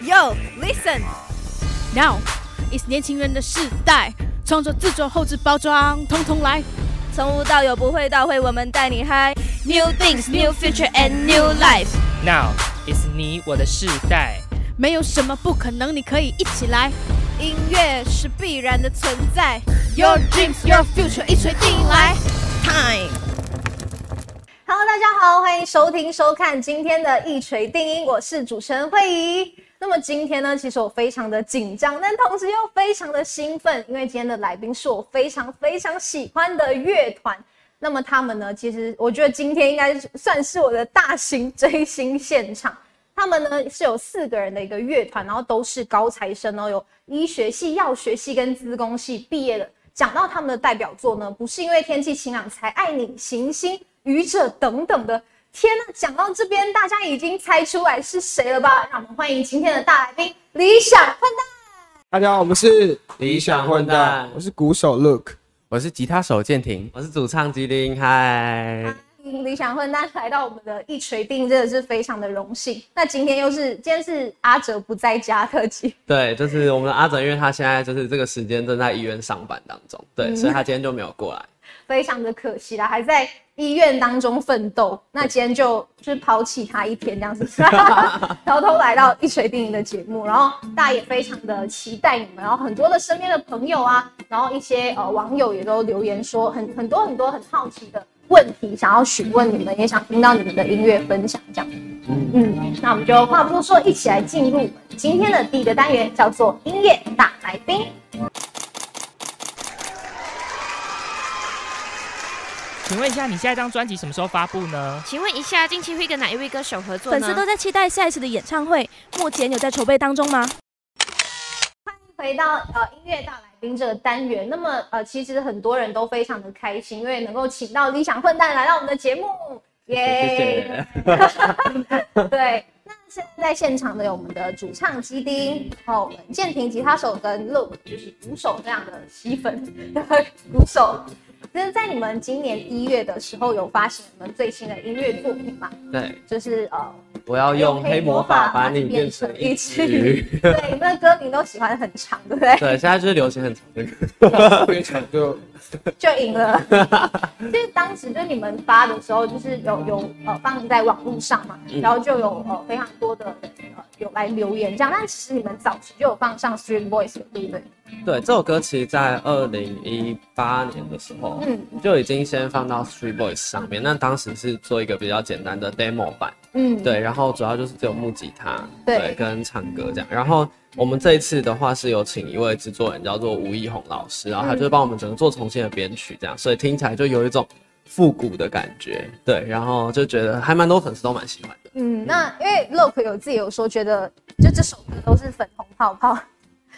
Yo, listen. Now is 年轻人的世代，创作、制作、后置、包装，通通来。从无到有，不会到会，我们带你嗨。New things, new future and new life. Now is 你我的世代，没有什么不可能，你可以一起来。音乐是必然的存在。Your dreams, your future，一锤定来。Time. Hello，大家好，欢迎收听收看今天的《一锤定音》，我是主持人惠仪。那么今天呢，其实我非常的紧张，但同时又非常的兴奋，因为今天的来宾是我非常非常喜欢的乐团。那么他们呢，其实我觉得今天应该算是我的大型追星现场。他们呢是有四个人的一个乐团，然后都是高材生哦，有医学系、药学系跟资工系毕业的。讲到他们的代表作呢，不是因为天气晴朗才爱你、行星、愚者等等的。天呐，讲到这边，大家已经猜出来是谁了吧？让我们欢迎今天的大来宾理想混蛋。大家好，我们是理想混蛋我是鼓手 Look。我是吉他手建廷，我是主唱吉林，嗨，理想混蛋来到我们的一锤定，真的是非常的荣幸。那今天又是今天是阿哲不在家特辑，对，就是我们的阿哲，因为他现在就是这个时间正在医院上班当中，对，所以他今天就没有过来。非常的可惜啦，还在医院当中奋斗。那今天就就是抛弃他一天这样子， 偷偷来到一锤定音的节目，然后大家也非常的期待你们，然后很多的身边的朋友啊，然后一些呃网友也都留言说很很多很多很好奇的问题想要询问你们，也想听到你们的音乐分享这样。嗯，那我们就话不多说，一起来进入我们今天的第一个单元，叫做音乐大来宾。请问一下，你下一张专辑什么时候发布呢？请问一下，近期会跟哪一位歌手合作呢？粉丝都在期待下一次的演唱会，目前有在筹备当中吗？回到呃音乐大来宾这个单元，那么呃其实很多人都非常的开心，因为能够请到理想混蛋来到我们的节目，谢耶！谢。对，那现在在现场的有我们的主唱基丁，然后我们建平吉他手跟 Look 就是鼓手非常的吸粉 的鼓手。就是在你们今年一月的时候有发行你们最新的音乐作品嘛？对，就是呃，我要用黑魔法把你变成一只鱼。对，那歌名都喜欢很长，对不 对？对，现在就是流行很长的歌。特别抢就就赢了。就是当时就你们发的时候，就是有有呃放在网络上嘛，然后就有呃非常多的人呃有来留言这样。但其实你们早期就有放上 Street Voice，对不对？对，这首歌其实在二零一八年的时候，嗯就已经先放到 Three Boys 上面。那当时是做一个比较简单的 demo 版。嗯，对，然后主要就是只有木吉他，对跟唱歌这样。然后我们这一次的话是有请一位制作人叫做吴一红老师，然后他就是帮我们整个做重新的编曲这样，所以听起来就有一种复古的感觉。对，然后就觉得还蛮多粉丝都蛮喜欢的。嗯，那因为 Look 有自己有说，觉得就这首歌都是粉红泡泡，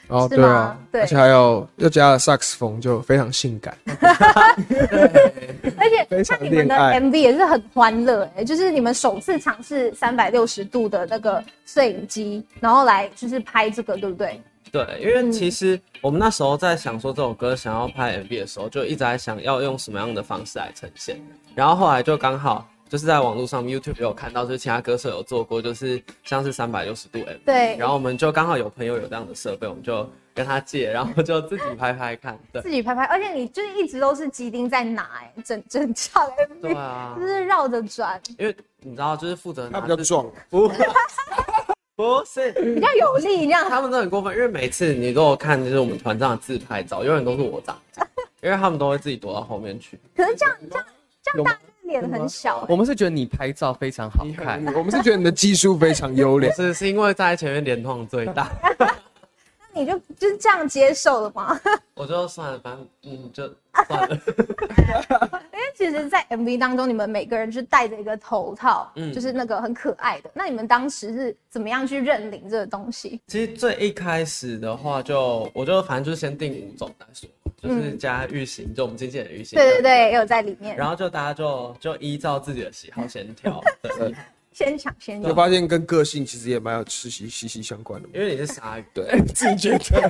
哦，是对啊吗，对而且还有又加了萨克斯风，就非常性感。而且非看常你们的恋爱 MV 也是很欢乐、哎，就是你们首次尝试三百六十度的那个摄影机，然后来就是拍这个，对不对？对，因为其实我们那时候在想说这首歌想要拍 MV 的时候，就一直在想要用什么样的方式来呈现。然后后来就刚好就是在网络上 YouTube 有看到，就是其他歌手有做过，就是像是三百六十度 MV。对，然后我们就刚好有朋友有这样的设备，我们就跟他借，然后就自己拍拍看。对自己拍拍，而且你就是一直都是基丁在拿、哎，整 整场 MV 对啊就，是绕着转，因为你知道，就是负责他拿比较自己，壮，不不是，比较有力这样。他们都很过分，因为每次你如果看就是我们团上的自拍照，永远都是我长这样，因为他们都会自己躲到后面去。，可是这样这样这样，大家脸很小、哎我们是觉得你拍照非常好看，我们是觉得你的技术非常优 良是是因为在前面联动最大，那你就就是这样接受了吗？我就算了，反正嗯就算了。 其实，在 MV 当中，你们每个人就戴着一个头套，嗯就是那个很可爱的。那你们当时是怎么样去认领这个东西？其实最一开始的话就，我就反正就是先定五种再说，就是加玉行，就我们经纪人的玉嗯行。对对对，也有在里面，然后就大家就就依照自己的喜好先挑，对，先抢先就有。发现跟个性其实也蛮有息息息息相关的嘛。因为你是鲨鱼，对，自己觉得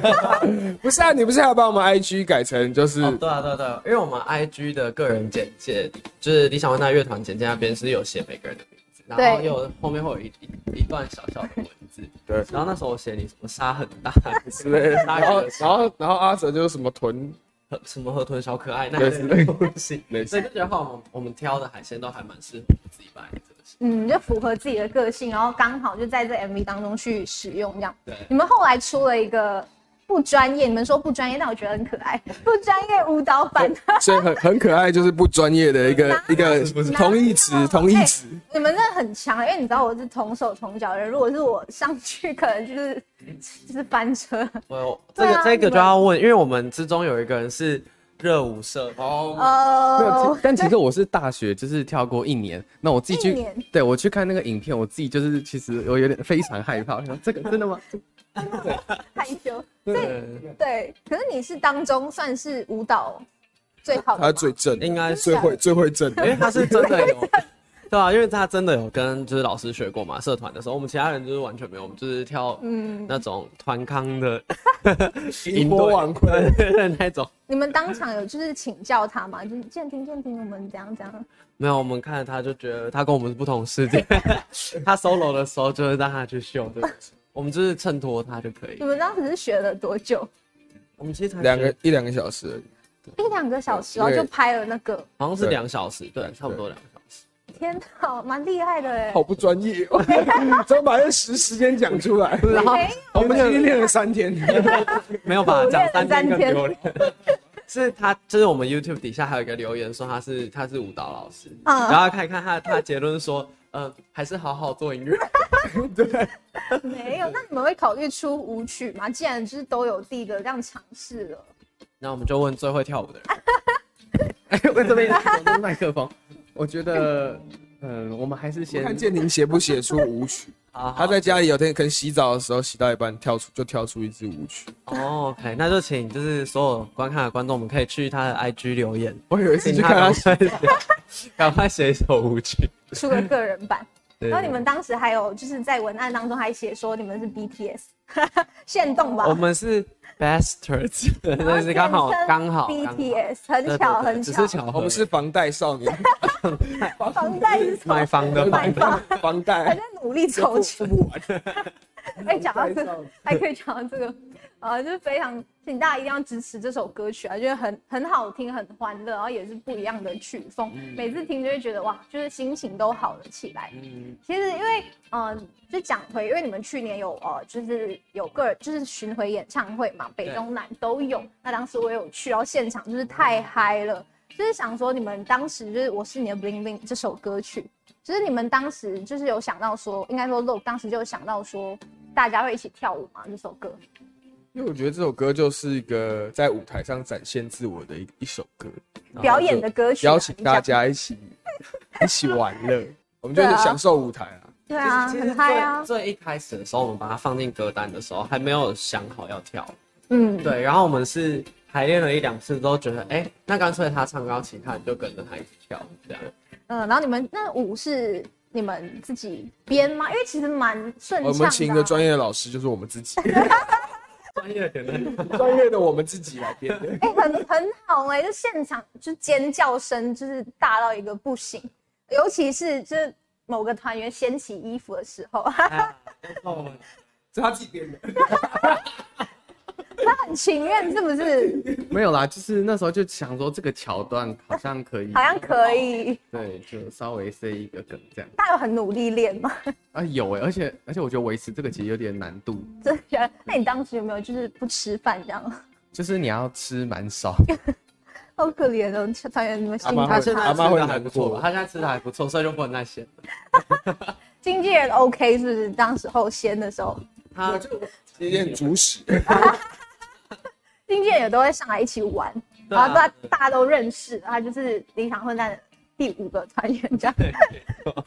不是啊，你不是还要把我们 IG 改成就是哦，对啊，对啊，对啊，因为我们 I G 的个人简介就是理想混蛋乐团简介那边是有写每个人的名字，然后对又后面会有一一一段小小的文字。对然后那时候我写你什么沙很大，之类的。大然后概，然后，然后阿哲就是什么臀，河什么河豚小可爱那对类之类的的东西，类似所以就觉得话我们我们挑的海鲜都还蛮适合自己把这个戏。嗯，就符合自己的个性，然后刚好就在这 MV 当中去使用这样。对你们后来出了一个不专业，你们说不专业，但我觉得很可爱，不专业舞蹈版。所以很很可爱，就是不专业的一个一个同义词，同义词。你们真的很强，因为你知道我是同手同脚的人，如果是我上去，可能就是就是翻车。我有这对个、啊这个你们就要问，因为我们之中有一个人是热舞社，哦，没有哦其，但其实我是大学就是跳过一年，那我自己一去年，对我去看那个影片，我自己就是其实我有点非常害 怕，我想这个真的吗？害羞。对，对，可是你是当中算是舞蹈最好的吗，他最正，应该是最会最会正 因。为他是真的有，对啊，因为他真的有跟就是老师学过嘛，社团的时候，我们其他人就是完全没有，我们就是跳嗯，那种团康的银波晚会对对对那种。你们当场有就是请教他吗？就是建廷建廷，我们怎样怎样？没有，我们看了他就觉得他跟我们是不同世界。他 solo 的时候就是让他去秀，对不对？我们就是衬托他就可以你。们当时是学了多久？我们其实才两个一两个小时而已，一两个小时哦，对就拍了那个，好像是对两小时，对，差不多两个小时。天哪，蛮厉害的哎好！不专业哦， 怎么把这时时间讲出来？然后没我们今天练了三 天，没有吧？讲三天更三天丢脸。 是他，就是我们 YouTube 底下还有一个留言说他是他是舞蹈老师，嗯然后看一看他他结论说，嗯，还是好好做 音乐。没 有，那你们会考虑出舞曲吗？既然就是都有第一个这样尝试了，那我们就问最会跳舞的人， 哎，我这边有麦克风，我觉得，嗯，我们还是先看建宁写不写出舞曲。啊，他在家里有天可能洗澡的时候洗到一半跳出就跳出一支舞曲。哦，OK，那就请就是所有观看的观众，我们可以去他的 IG 留言，我有一次请去看啊他赶快写，赶快写一首舞曲。出个个人版。 对然后你们当时还有就是在文案当中还写说你们是 BTS，限动吧我？们是 bastards，但是刚好刚好刚好 BTS 很对对巧对很只巧是，巧合，我们是房贷少年，房贷是什么买房的买房房房还贷在努力筹钱。付不完。 哎，讲到这个，还可以讲到这个，啊，就是非常，请大家一定要支持这首歌曲啊，就是很很好听，很欢乐，然后也是不一样的曲风，每次听就会觉得哇，就是心情都好了起来。其实因为，嗯、就讲回，因为你们去年有呃，就是有个就是巡回演唱会嘛，北对中南都有，那当时我有去，然后现场就是太嗨了。就是想说，你们当时就是《我是你的 Bling Bling》这首歌曲，就是你们当时就是有想到说，应该说 Look 当时就有想到说，大家会一起跳舞嘛这首歌。因为我觉得这首歌就是一个在舞台上展现自我的一一首歌，表演的歌曲啊哦邀请大家一起一起玩乐，我们就是享受舞台啊。对啊，其实很嗨啊，最最一开始的时候，我们把它放进歌单的时候，还没有想好要跳。嗯，对，然后我们是排练了一两次之后，觉得哎、那干脆他唱高其他人就跟着他一起跳，这样。嗯，然后你们那舞是你们自己编吗？因为其实蛮顺畅的啊、哦我们请一个专业的老师，就是我们自 己，专业点的，专业的我们自己来编的。哎、很很好哎、就现场就尖叫声就是大到一个不行，尤其是就是某个团员掀起衣服的时候， 哦，是他自己编的，他很情愿是不是？没有啦，就是那时候就想说这个桥段好像可以，好像可以，对，就稍微塞一个梗这样大家有很努力练吗？ 啊，有欸哎，而且而且我觉得维持这个其实有点难度，真的？那你当时有没有就是不吃饭这样？就是你要吃蛮少， 好可怜哦，团员你们辛苦阿嬷他会现在阿他。嬷会吃的难还不错过吧？他现在吃的还不错，所以就不能 再写。经纪人 OK 是不是？当时候先的时候，他有 点主使。经纪人也都会上来一起玩，对啊然后大大家都认识，他就是离场混蛋的第五个团员这样。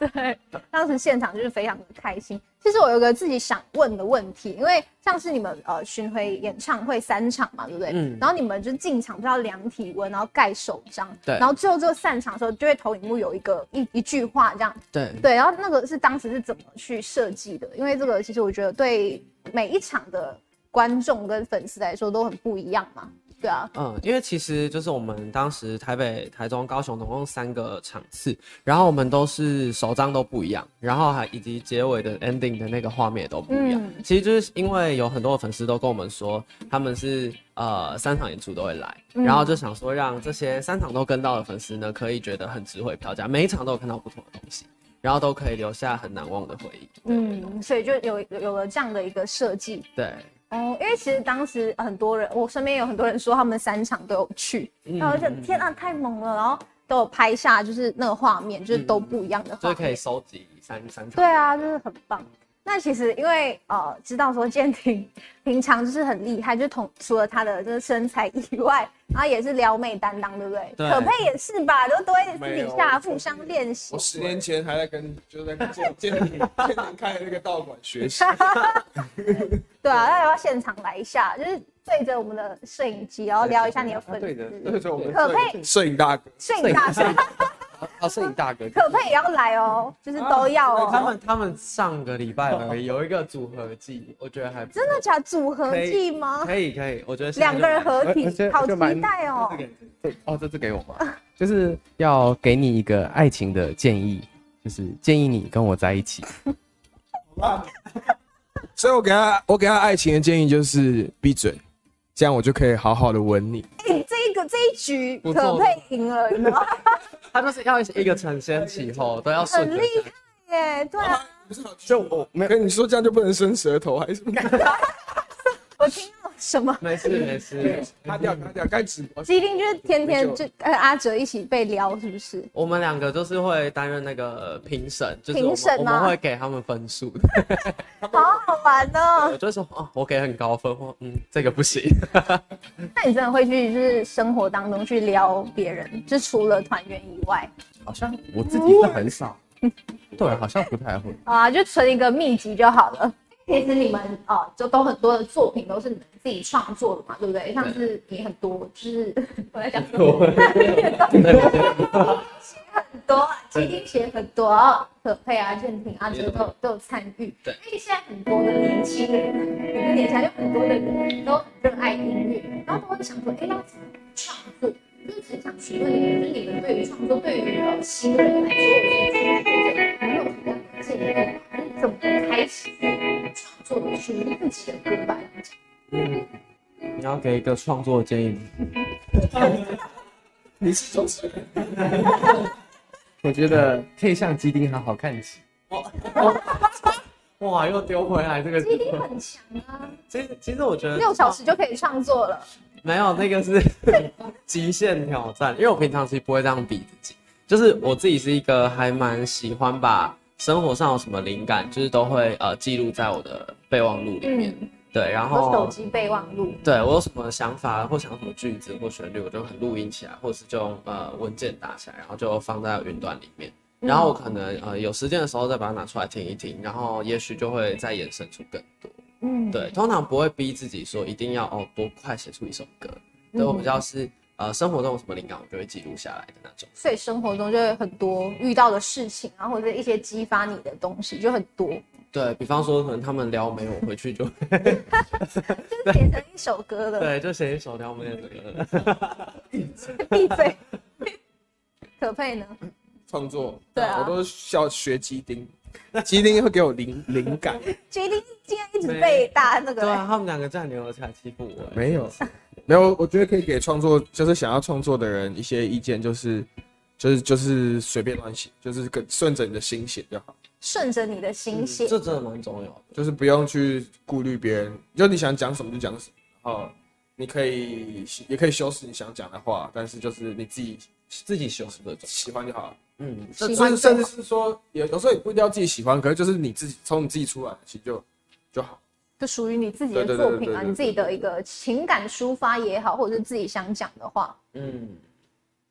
对，当时现场就是非常的开心。其实我有个自己想问的问题，因为像是你们呃巡回演唱会三场嘛，对不对？嗯然后你们就进场就要量体温，然后盖手章，对然后最后最后散场的时候，就会投影幕有一个一一句话这样， 对对，然后那个是当时是怎么去设计的？因为这个其实我觉得对每一场的观众跟粉丝来说都很不一样嘛。对啊，嗯，因为其实就是我们当时台北、台中、高雄总共三个场次，然后我们都是首张都不一样，然后还以及结尾的 ending 的那个画面也都不一样。嗯其实就是因为有很多的粉丝都跟我们说，他们是呃三场演出都会来，嗯然后就想说让这些三场都跟到的粉丝呢，可以觉得很值回票价，每一场都有看到不同的东西，然后都可以留下很难忘的回忆。嗯，所以就有有有了这样的一个设计。对，哦，因为其实当时很多人，我身边有很多人说他们三场都有去，嗯然后我就觉得天啊，太猛了，然后都有拍下，就是那个画面，就是嗯都不一样的所画以可以面。收集三三场。对啊，就是很棒。那其实因为呃，知道说建廷平常就是很厉害，就同除了他的这个身材以外，然后也是撩妹担当，对不对？对可佩也是吧，都都会私没有底下互相练习我。十年前还在跟就是在跟建建林建林开的那个道馆学习，对啊，那要不要现场来一下，就是对着我们的摄影机，然后聊一下啊你的粉对的，丝。对就是我们可摄佩影摄影大哥，摄影大师，啊，摄影大哥，可佩也要来哦，就是都要他哦。们他们上个礼拜而已有一个组合技，我觉得还不错真的假的组合技吗？可以可以，我觉得现在两就个人合体而且，好就蛮期待哦。对哦，这次给我吗？ 就是要给你一个爱情的建议，就是建议你跟我在 一起。所以我给他我给他爱情的建议就是闭嘴，这样我就可以好好的吻 你。哎，这一个这一局不可错佩赢了，你知道吗他就是要一个承先启后，都要顺很着厉耶，对啊，就我没跟你说这样就不能伸舌头还 是什么？我听到什么？没事没事，他掉他掉，该直 播。一定就是天天就跟阿哲一起被撩，是不是？我们两个就是会担任那个评审，就是我评们审我吗们会给他们分数的。好好玩哦我！就说哦，我给很高分，或嗯这个不行。那你真的会去就是生活当中去撩别人，就除了团圆以外好像我自己是很少，对，好像不太会。啊，就存一个秘籍就好了。其实你们呃，就都很多的作品都是你们自己创作的嘛，对不对？像是你很多，就是 我在讲什么？ 很多啊，基金写很多啊，可佩啊、任婷啊，这些都有都有参与。对，因为现在很多的年轻人，有个年纪就很多的人都很热爱音乐，然后都会想说，哎，要怎么创作？就是很想询问你们，就是你们对于创作，对于呃新人来说，或者是初学者，你们有什么样的建议吗？你怎么开始创作属于自己的歌吧？嗯，你要给一个创作建议吗， 你是说谁？我觉得可以向基丁好好看齐。哇，又丢回来这个。一定哦很强啊，其实其实我觉得六小时就可以创作了。没有，那个 是极限挑战，因为我平常其实不会这样比自己，就是我自己是一个还蛮喜欢把生活上有什么灵感，就是都会呃记录在我的备忘录里面，嗯，对，然我手后机备忘录。对我有什么想法或想什么句子或旋律，我就很录音起来，或者是就用呃文件打起来，然后就放在云端里面。然后我可能呃有时间的时候再把它拿出来听一听，然后也许就会再延伸出更多。嗯，对，通常不会逼自己说一定要哦多快写出一首歌，对我比较是呃生活中有什么灵感，我就会记录下来的那种。所以生活中就会很多遇到的事情啊，或者一些激发你的东西就很多，对比方说，可能他们撩妹，我回去就就是写成一首歌了。对，就写一首撩妹的歌。闭嘴。可佩呢？创作，对啊我都是要学鸡丁，鸡丁会给我灵灵感。决定今天一直被大家那对个啊，他们两个站牛起来欺负我。欸没有，没有，我觉得可以给创作，就是想要创作的人一些意见，就是就是就是随便乱写，就是跟顺着你的心写就好，顺着你的心这写，真的蛮重要的。就是不用去顾虑别人，就你想讲什么就讲什么，然后你可以也可以修饰你想讲的话，但是就是你自己自己修饰的种，喜欢就好了。嗯，喜欢就甚至好甚至是说，有有时候也不一定要自己喜欢，可是就是你自己从你自己出来，其实就就好。就属于你自己的对对对作对品啊，对对你自己的一个情感抒发也好，或者是自己想讲的话，嗯，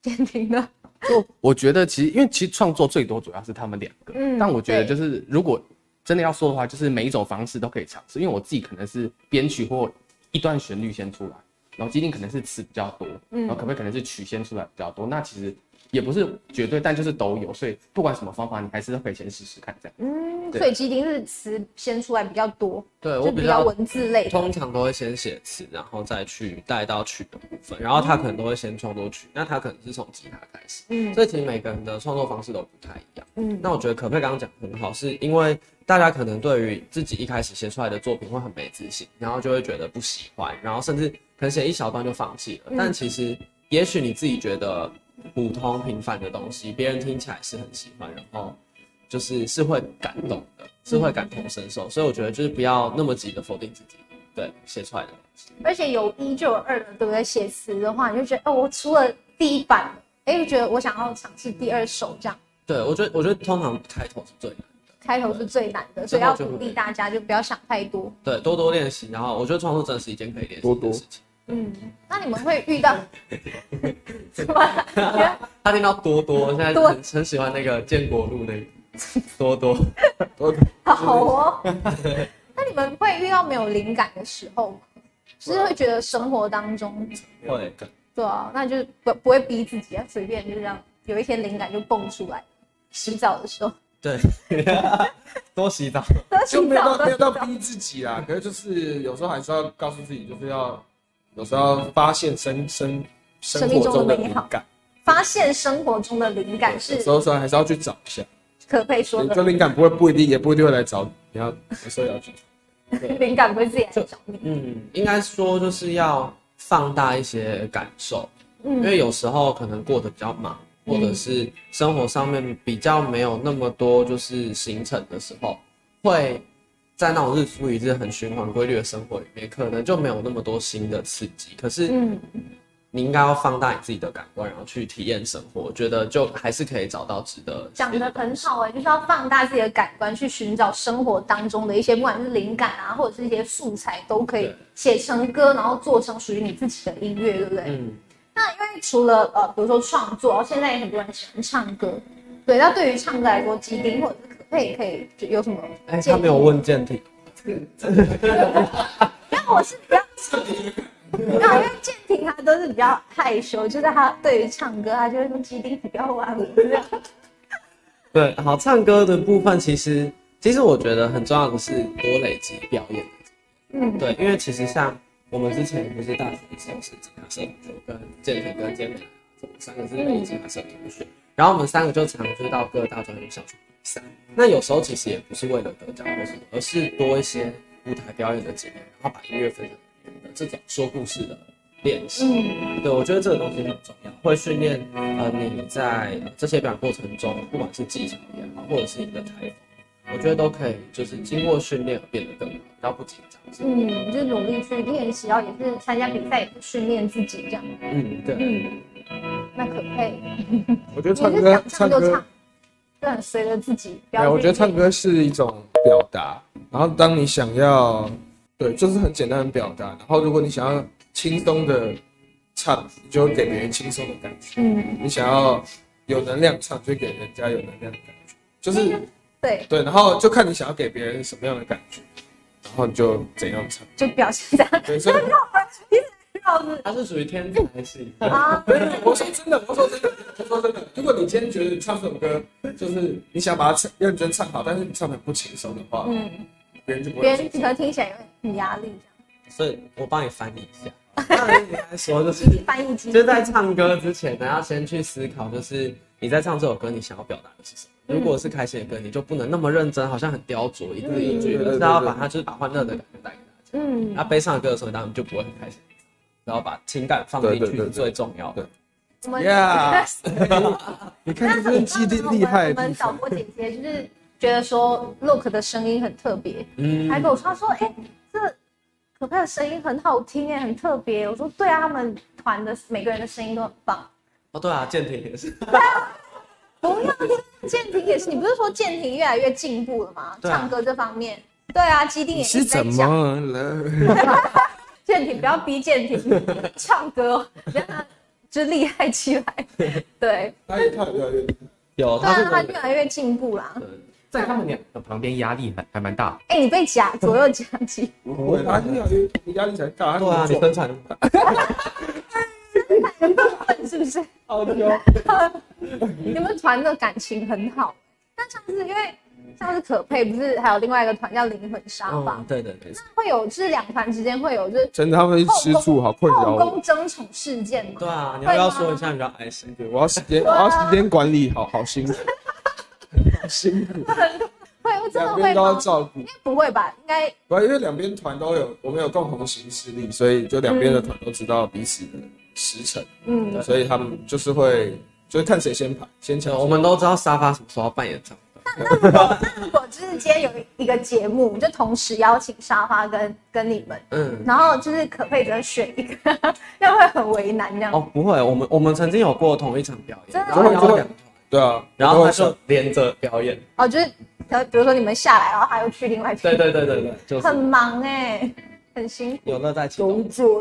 坚定的。 就我觉得其实，因为其实创作最多主要是他们两个，嗯但我觉得对就是如果真的要说的话，就是每一种方式都可以尝试。因为我自己可能是编曲或一段旋律先出来，然后基定可能是词比较多，嗯然后可不可以可能是曲先出来比较多？那其实也不是绝对，但就是都有，所以不管什么方法，你还是都可以先试试看这样。嗯，所以基丁是词先出来比较多，对就我比比较较文字类的。通常都会先写词，然后再去带到曲的部分，然后他可能都会先创作曲，那他可能是从吉他开始，嗯所以其实每个人的创作方式都不太一样。嗯，那我觉得可佩刚刚讲得很好，是因为大家可能对于自己一开始写出来的作品会很没自信，然后就会觉得不喜欢，然后甚至可能写一小段就放弃了。嗯但其实也许你自己觉得普通平凡的东西，别人听起来是很喜欢，然后就是是会感动的，是会感同身受。所以我觉得就是不要那么急的否定自己，对写出来的东西。而且有一就有二了，对不对？写词的话，你就觉得哦，我出了第一版，哎，就觉得我想要尝试第二首这样。嗯对我觉得我觉得通常开头是最难的。开头是最难的，所以要鼓励大家就不要想太多。对，多多练习，然后我觉得创作真的是一件可以练习多的多事情。嗯，那你们会遇 到 什么？ 他听到多多，现在多很很喜欢那个建国路那个 多多。好 哦。那你们会遇到没有灵感的时候吗？就是会觉得生活当中，会，对啊，那就不不会逼自己啊，随便就这样，有一天灵感就蹦出来。洗澡的时候，对，多洗澡。 就没有洗澡到没有到逼自己啦，可是就是有时候还是要告诉自己，就是要有时候要发现生生生生命活中中的的美灵好感，发现生活中的灵感有是时候说还是要去找一下。可佩说你这的，灵感不会不一定也不一定会来找你，你要有时候要去。 灵感不会自己来找 你。嗯，应该说就是要放大一些感受，嗯因为有时候可能过得比较忙，或者是生活上面比较没有那么多就是行程的时候，会在那种日复一日很循环规律的生活里面，可能就没有那么多新的刺激。可是，嗯，你应该要放大你自己的感官，然后去体验生活，我觉得就还是可以找到值得讲的很好哎、就是要放大自己的感官，去寻找生活当中的一些，不管是灵感啊，或者是一些素材，都可以对写成歌，然后做成属于你自己的音乐，对不对？嗯，那因为除了呃，比如说创作，然后现在也很多人喜欢唱歌，对。那对于唱歌来说，基丁或者是可佩可以就有什么哎、建他议？没有问健体，因为我是比 较。没有，因为建廷他都是比较害羞，就是他对于唱歌，他就会说基丁你不要玩我这样。对，好，唱歌的部分其实，其实我觉得很重要的是多累积表演的经验。嗯对，因为其实像我们之前不是大学的时候是吉他社同学，跟健体跟健美，我们三个是北吉他社同学，然后我们三个就常就是到各大专院校去比赛。那有时候其实也不是为了得奖或什么，而是多一些舞台表演的经验，然后把音乐分享给别人的这种说故事的练习。嗯对，我觉得这个东西很重要，会训练呃你在这些表演过程中，不管是技巧也好，或者是你的台风，我觉得都可以，就是经过训练而变得更好，然后不紧张。嗯，就努力去练习，然后也是参加比赛，也是训练自己这样。嗯，对，嗯，那可佩，我觉得你唱是歌想，唱唱就歌唱，，就很随着自己。不对，要我去觉得唱歌是一种表达。然后当你想要，对，就是很简单的表达。然后如果你想要轻松的唱，你就给别人轻松的感觉；嗯，你想要有能量唱，就给人家有能量的感觉。就是对，对，然后就看你想要给别人什么样的感觉，然后你就怎样唱。就表现这样，对，所以绕 子它是 属于天才型。啊，我说真的，我说真的，我说真的，如果你今天觉得唱这首歌，就是你想把它唱认真唱好，但是你唱的不轻松的话，嗯，别人就不别会人可能听起来有点压力所以我帮你翻译一下。当然你来说就是 这样。翻译机就是在唱歌之前呢，要先去思考，就是你在唱这首歌，你想要表达的是什么。如果是开心的歌，你就不能那么认真，好像很雕琢，一字一句，嗯而是要把它就是把欢乐的感觉带给大家。嗯啊那，悲伤的歌的时候，当然就不会很开心，然后把情感放进对去对对是最重要的。我 们 Yes，你那看这是记忆力厉害我们的地导方。播姐姐就是觉得说 Look 的声音很特别，嗯还跟我说，他说：“哎、这可佩的声音很好听，哎，很特别。”我说：“对啊，他们团的每个人的声音都很棒。哦对啊，健庭也是，”不要听健庭也是，你不是说健庭越来越进步了吗？对啊唱歌这方面，对啊，基定也你一直是在怎讲。么了？健庭不要逼健庭 唱歌，哦让他就厉害起来。 对，他一看越来越 有对啊，他他是越来越进步啦。 在他们两个旁边压力还还蛮大的。哎、你被夹左右夹击，不会，他越来越压力才大。对啊，他你怎么生产笨是不是？ 好丢，你们团的感情很好。但上次因为像是可佩，不是还有另外一个团叫灵魂沙发，嗯，对对对，会有就是两团之间会有就是真的，他们吃醋好困扰后我宫。争宠事件嘛。对啊，你要不要说一下你比较爱谁？对，我要时间，我要时间管理好，好辛苦，好辛苦，会真的两会边都要吗？照顾。不会吧？应该不然，因为两边团都有，我们有共同行事力，所以就两边的团都知道彼此的时辰，嗯，所以他们就是会，就是看谁先排，先抢。我们都知道沙发什么时候要办演唱会，如果就是今天有一个节目，就同时邀请沙发跟跟你们，嗯，然后就是可佩只能选一个， 要会很为难这样。哦，不会，我们我们曾经有过同一场表演，真的然后邀吗两团，对啊，然后他说就连着表演，哦，就是呃，比如说你们下来，然后他又去另外一边，对对对对对，就很是忙哎、很辛苦。有乐在其中。作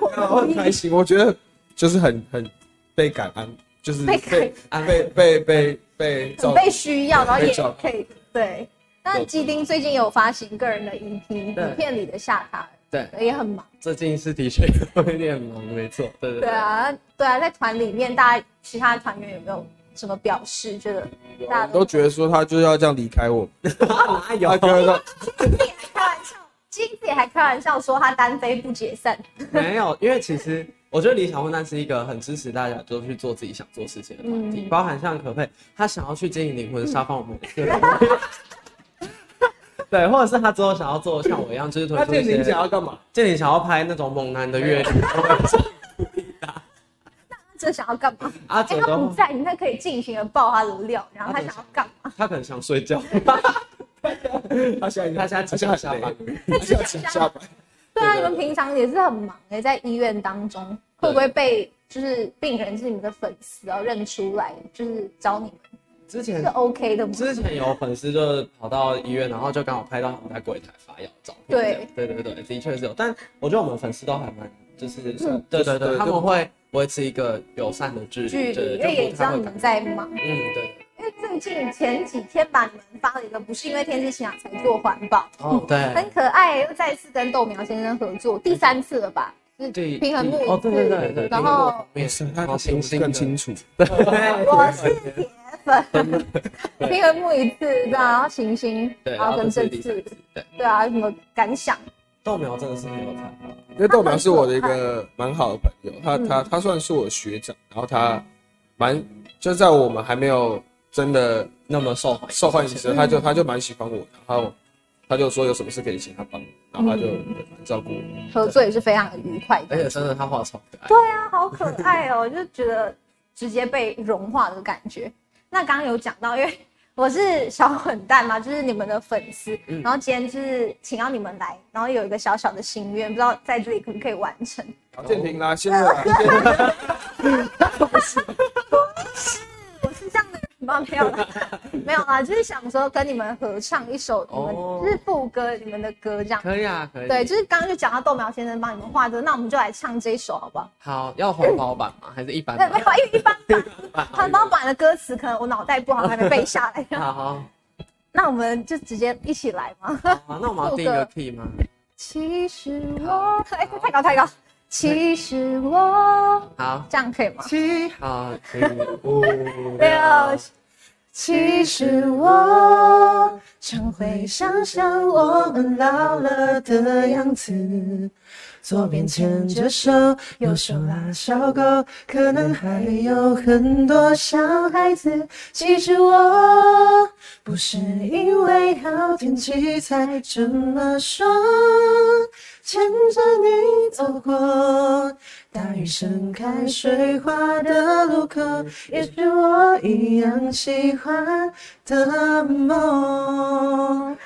我很开心，我觉得就是很很被感恩，就是被感被被被被被很照被需要，然后被也照顾可以对。那基丁最近有发行个人的 EP，影片里的下卡对，也很忙。最近是的确有一点忙，没错，对对对啊，对啊，在团里面，大家其他团员有没有什么表示？觉得大家都觉得说他就是要这样离开我，哪啊有他觉得开玩笑，基丁自己还开玩笑说他单飞不解散。没有，因为其实我觉得理想混蛋是一个很支持大家都去做自己想做事情的团体，嗯包含像可佩，他想要去经营灵魂沙发，我们 也 对，或者是他之后想要做像我一样，就是推他出一啊见你些，想要干嘛？建宁想要拍那种猛男 的阅历，这想要 干嘛？阿哎、哲他不都在，你那可以尽情的爆他的料，然后他想要 干嘛？他可能想睡 觉，他现在他现在只他现想在下很班累，，他现在只想下班。对啊，你们平常也是很忙哎、在医院当中会不会被就是病人是你们的粉丝哦认出来，就是找你们之是前 OK 的吗？之前有粉丝就是跑到医院，然后就刚好拍到我们在柜台发药照片。对对对对，的确是有。但我觉得我们粉丝都还蛮，就是嗯对就是对对，对他们会维持一个友善的距离，距离，对因为对，也就不知太道会你感们觉。在忙。嗯，对。因为最近前几天吧，你们发了一个不是因为天气晴朗才做环保，哦，嗯很对。可爱，又再次跟豆苗先生合作，第三次了吧？是对平衡木嗯哦，对对对对，然后也没是事，，他的心思 更 清楚。我是铁粉，平衡木一次，对啊然后行星，对，然后跟这这次，次，对，对啊，有什么感想？豆苗真的是很有嗯才华，因为豆苗是我的一个蛮好的朋友，他他他算是我的学长，然后他蛮就在我们还没有真的那么受嗯欢迎，受欢迎的时候，他就他就蛮喜欢我，然后他就说有什么事可以请他帮，然后他就嗯蛮照顾我。合作也是非常的愉快而的，且真的他画超可爱。啊，好可爱哦，就觉得直接被融化的感觉。那刚刚有讲到，因为我是小混蛋嘛，就是你们的粉丝，嗯然后今天就是请到你们来，然后有一个小小的心愿，不知道在这里可不可以完成？好，建平啦，嗯谢谢啦，谢谢我是这样的人吗？没有 啦，没有啦，就是想说跟你们合唱一首你们、哦就是副歌，你们的歌这样。可以啊，可以。对，，就是刚刚就讲到豆苗先生帮你们画的，那我们就来唱这一首好不 好？好，要环保版吗？还是一般对，版没？有，因为一般版环保版的歌词可能我脑袋不好，还没背下来。好好，那我们就直接一起来 吗？好那我们要定一个 key 吗？其实我，哎，太高太高。其实我好，这样可以吗？啊七，好，可以，五，六。其实我常会想象我们老了的样子，左边牵着手，右手拉小狗，可能还有很多小孩子。其实我不是因为好天气才这么说，牵着你走过大雨盛开水花的路口，也许我一样喜欢的梦。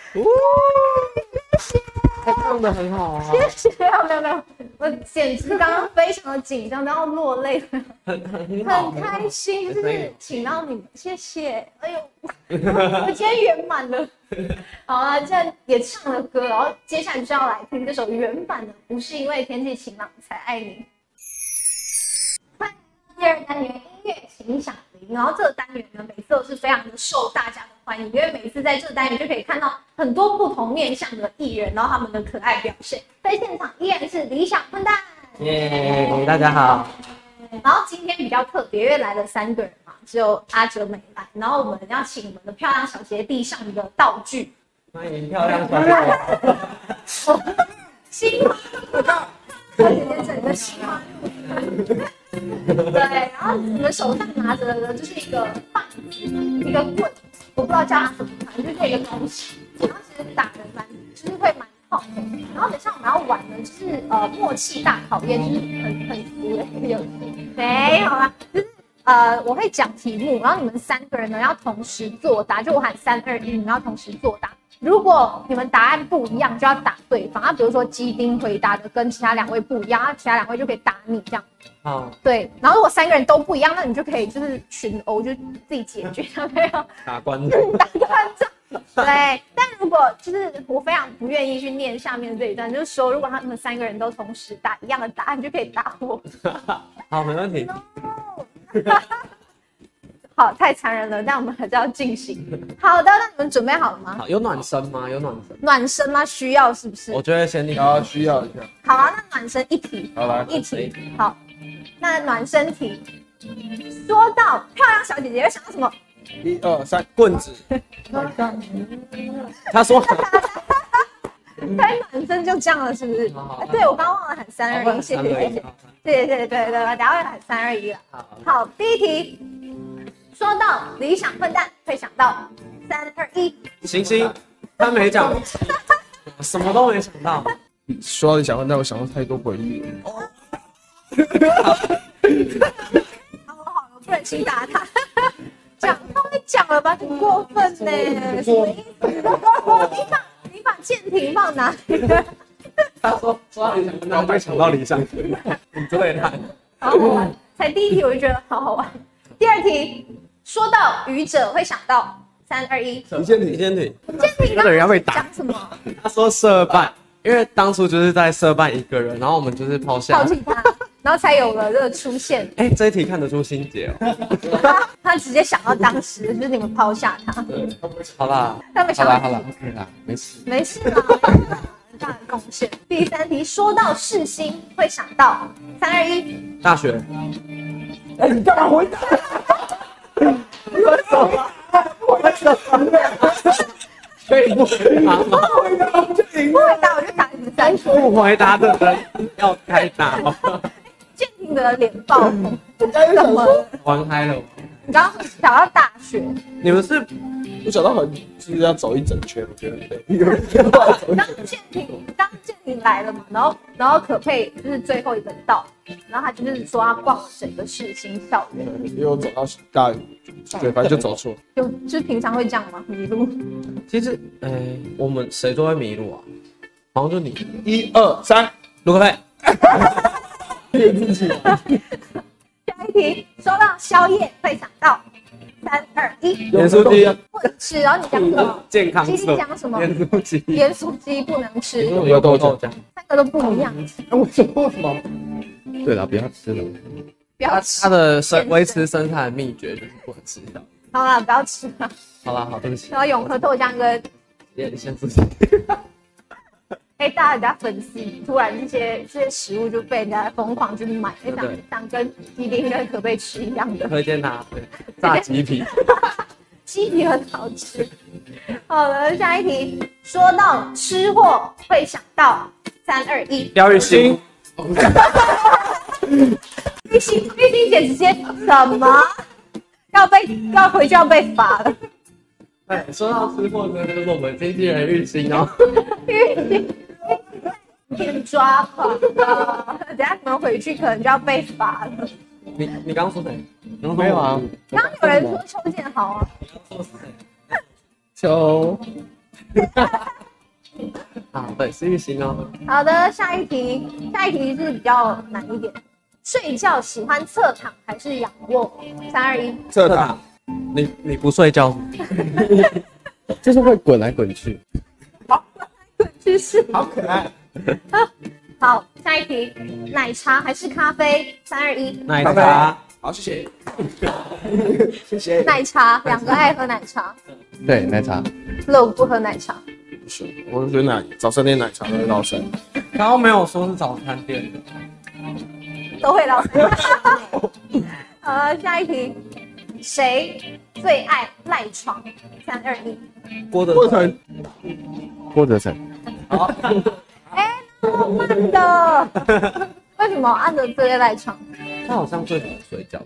唱的很好啊，没有没有没有，我简直刚刚非常的紧张，然后落泪了，很很好，很开心，就可是以请到你们，谢谢，哎呦，我今天圆满 了。好啊，这样也唱了歌，然后接下来就要来听这首原版的《不是因为天气晴朗才爱你》。欢迎第二单元音乐请响铃，然后这个单元呢，每次都是非常的受大家的欢迎，因为每次在这个单元就可以看到很多不同面向的艺人，然后他们的可爱表现。在现场依然是理想混蛋。耶，大家好，然后今天比较特别，因为来了三个人嘛，只有阿哲没来，然后我们要请我们的漂亮小姐递上一个道具，欢迎漂亮小姐。心花怒放，小姐姐整个心花怒放。对，然后你们手上拿着的就是一个棒子，一个棍，我不知道叫它什么，反正就是一个东西。然后其实打人蛮，就是会蛮痛的。然后等一下我们要玩的就是呃默契大考验，就是很很俗的一个游戏。没有啦，就是呃我会讲题目，然后你们三个人呢要同时作答，就我喊三二一，你们要同时作答。如果你们答案不一样，就要打对方。啊，比如说基丁回答的跟其他两位不一样，啊，其他两位就可以打你这样。好，对，然后如果三个人都不一样，那你就可以就是群殴，就自己解决，没有打关子。打断仗。对，但如果就是我非常不愿意去念下面这一段，就是说如果他们三个人都同时打一样的答案，你就可以打我。好，没问题。好，太残忍了，但我们还是要进行。好的，那你们准备好了吗？好，有暖身吗？有暖身。暖身吗？需要是不是？我觉得先你然后需要一下，好啊，那暖身一题，好来一题，好。那暖身题，说到漂亮小姐姐，会想到什么？一二三，棍子。他说开暖身就这样了，是不是？好好啊对，我刚刚忘了喊三二一，谢谢三二谢一谢，对对对对对，等下会喊三二一了。好好好，第一题，说到理想混蛋，会想到三二一，行星，他没讲，什么都没想到。说到你想问，但我想到太多回忆了。好了好了，不忍心打他。讲他会讲了吧？很过分呢、什么意思？你把你把舰艇放哪里？他说说到理想，然后没想到理想，你最烂。好好玩，才第一题我就觉得好好玩。第二题，说到愚者会想到三二一，李先挺，李先挺。舰艇那个人家会打讲什么？他说社办，因为当初就是在社办一个人，然后我们就是抛抛下。弃他，然后才有了这个出现。哎，这一题看得出心结哦。他他直接想到当时就是你们抛下他，好啦，他们好想啦到好啦，OK 啦，嗯没事。没事啦，没事啦很大的贡献。第三题，说到世新会想到三二一，大学哎，你干嘛回答？可以不回答吗？不回答我就打你们三题。不回答的人要开打哦。建平的脸爆红，怎么了？玩嗨了，你刚刚想到大学，你们是我想到很就是要走一整圈，我觉得很累， 有一天不好走一 整当圈。建平当建平来了嘛，然后然后可佩就是最后一个到，然后他就是说他逛了整个世新校园，对因为我走到大雨，对，反正就走错。就就是平常会这样吗？迷路。其实，哎、我们谁都会迷路啊，好像就你，一二三，卢克佩，下一题，说到宵夜会想到三二一，盐酥鸡，不能吃。然后你讲什么？啊健康鸡色丁，讲什么？盐酥鸡，盐酥鸡不能吃，我要豆浆，浆，三个都不一样，哎，我什么为什么？对了，不要吃了。不他要吃他。的生维持生态的秘诀就是不能吃的。好了，不要吃了。好啦，好，对不起，然后永和豆浆跟盐咸酥鸡，哎，大家人家粉丝突然这些这些食物就被人家疯狂去买，就想对想跟鸡丁跟可贝吃一样的，推荐他对炸鸡皮，鸡皮很好吃。好了，下一题，说到吃货会想到三二一。廖玉兴，玉欣，玉欣姐直接什么？要被要回去要被罚了。哎，说到吃货呢，就是我们经纪人玉兴哦， 玉欣被抓狂了，等下你们回去可能就要被罚了。你你刚刚说谁？没有啊，刚刚有人说邱建豪啊，求啊，对，是玉兴哦，好的，下一题，下一题是比较难一点。睡觉喜欢侧躺还是仰卧？三二一，这塔塔，你你不睡觉，就是会滚来滚去。去试。好可爱。 好，下一题，奶茶还是咖啡？三二一，奶茶，好，谢谢，谢谢。奶茶，两个爱喝奶茶，对，奶茶。乐不喝奶茶。不是，我是觉得奶早餐店奶茶都是老三，刚刚没有说是早餐店， 都会老师。呃，下一题，谁最爱赖床？三二一，郭德过程郭德成，浪漫的。 为什么按着最爱赖床？他好像最喜欢睡觉，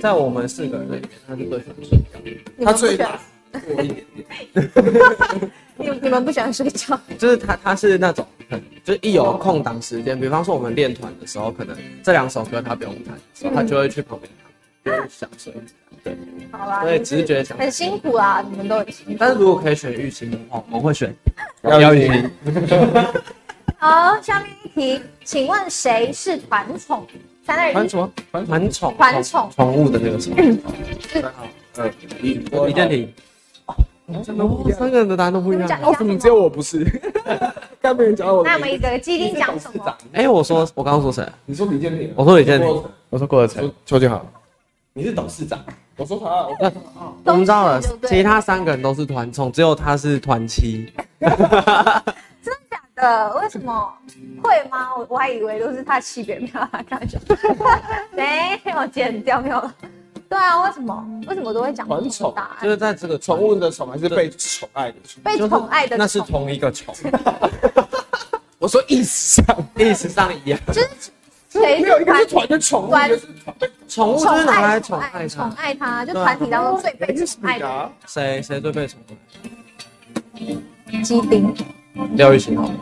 在我们四个人里面，他是最喜欢睡觉的。你他们不最喜欢，多一点点，你你们不喜欢睡觉？就是他，他是那种很，就是一有空档时间，比方说我们练团的时候，可能这两首歌他不用弹的时候，他就会去旁边躺，就会想睡。好啦，所以你直觉想很辛苦啊，你们都很辛苦。但是如果可以选玉清的话，我会选嗯要一点好，下面一题，请问谁是团宠？三二传一，什么？传传宠团宠宠物的那个宠。呃，李李建廷，真的不一样。三个人的答案都不一你们样。讲为什么哦只有我不是？刚别人讲到我的那我名们一字，个既定讲董什事么长？，哎，我说我刚刚说谁？你说李建平，哎我说李建廷。我说郭德成，邱建豪，你是董事长，我说他，我我们知道了都是对，啊其他三个人都是团宠，只有他是团妻。的，为什么会吗？我我还以为都是他气别人，没有啦开玩 笑。没有剪掉，没有了。对啊，为什么？为什么都会讲团宠答案？就是在这个宠物的宠还是被宠爱的宠？ 被宠爱的那是宠同一个宠，我说意思上，意思上一样。谁没有一个是团团跟宠物，一个是团宠物就是拿来宠爱爱它宠。 爱他，就对啊啊团体当中最被宠爱爱的的。谁谁最被宠爱？基丁。廖玉琴好了，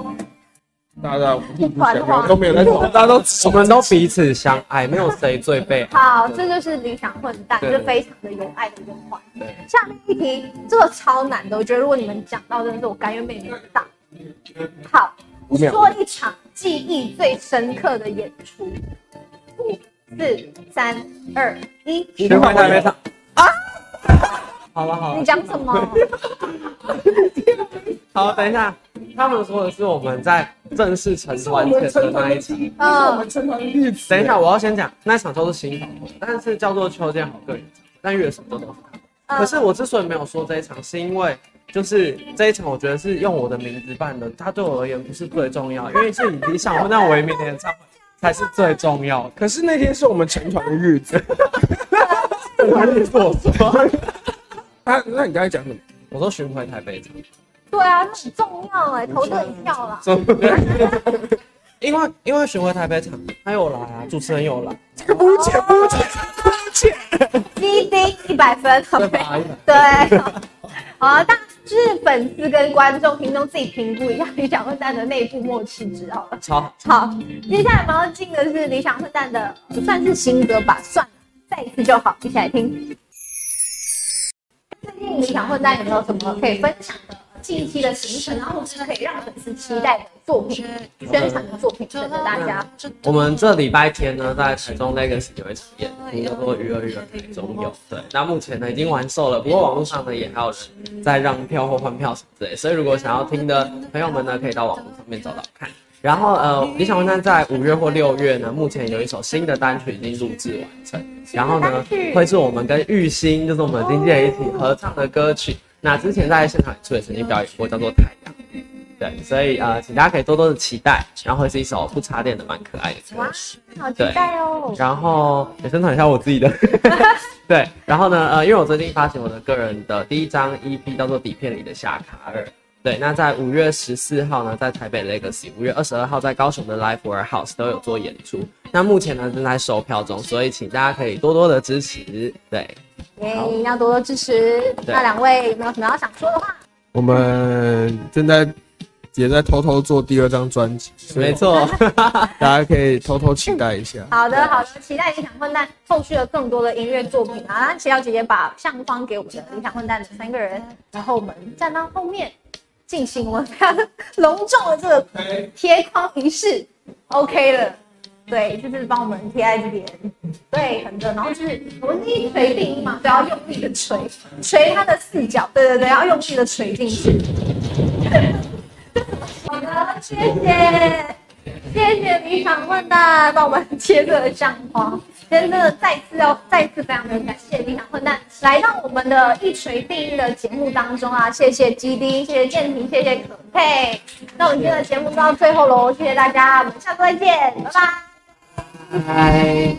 大家嗯互不相啊让，都没有在宠，大家都我宠们都彼此相爱，没有谁最被爱。好，这就是理想混蛋，就对是非常的有爱的人环。对下面一题，这个超难的，我觉得如果你们讲到，真的是我甘愿被你们打。好，五秒说一场记忆最深刻的演出。五、四、三、二、一，学会台北上啊！好了好你了讲什么？好，等一下，他们说的是我们在正式成团前的那一场。我嗯们，成团的例子。等一下，我要先讲那一场叫做新房活，但是叫做秋天好个人，但乐手都都是他。嗯可是我之所以没有说这一场，是因为就是这一场，我觉得是用我的名字办的，它对我而言不是最重要，因为是以理想混蛋为名的演唱会才是最重要的。可是那天是我们成团的日 子。他，啊那你刚才讲什么？我说巡回台 北场，对啊，那很重要哎，投这一票啦。因为因为巡回台北场他有来啊，主持人有来，这个不剪不剪不剪。基丁一百分，好没？对，好啊，但就是粉丝跟观众、听众自己评估一下理想混蛋的内部默契值好了。超好。好，接下来我们要进的是理想混蛋的，不算是新歌吧，算了，再一次就好，一起来听。最近理想混蛋有没有什么可以分享的近期的行程，然后或者是可以让粉丝期待的作品、宣传的作品等着大家？我们这礼拜天呢，在台中 Legacy 有一场演出，叫做《鱼儿鱼儿台中有》。对，那目前呢已经完售了，不过网络上呢也还有人在让票或换票什么之类，所以如果想要听的朋友们呢，可以到网络上面找找看。然后呃，理想混蛋在五月或六月呢，目前有一首新的单曲已经录制完成，然后呢会是我们跟玉兴，就是我们经纪人一起合唱的歌曲。那之前在现场演出也曾经表演过，叫做《太阳》。对，所以呃，请大家可以多多的期待，然后会是一首不插电的蛮可爱的歌哇。，好期待哦！然后也宣传一下我自己的， 对，然后呢，呃，因为我最近发行我的个人的第一张 EP 叫做《底片里的夏卡尔》，对，那在五月十四号呢，在台北 Legacy，五月二十二号在高雄的 Live Warehouse 都有做演出，那目前呢正在售票中，所以请大家可以多多的支持，对，耶，要多多支持。那两位有没有什么要想说的话？我们正在也在偷偷做第二张专辑，所没以错，大家可以偷偷期待一下。好的，好的，期待理想混蛋后续的更多的音乐作品啊！那祈祷姐姐把相框给我们的理想混蛋的三个人，然后我们站到后面进行我们非常 隆重的这个贴框仪式，OK 了。对，就是帮我们贴在这边，对，横着，然后就是我们是一锤定音嘛，不要用力的锤，锤它的四角，对对对，要用力的锤进去。 好的，谢谢。谢谢理想混蛋帮我们切这个相框，真的再次要再次非常的感谢理想混蛋来到我们的一锤定音的节目当中啊，谢谢基丁，谢谢建平，谢谢可佩。那我们今天的节目就到最后喽，谢谢大家，我们下周再见，拜拜。拜。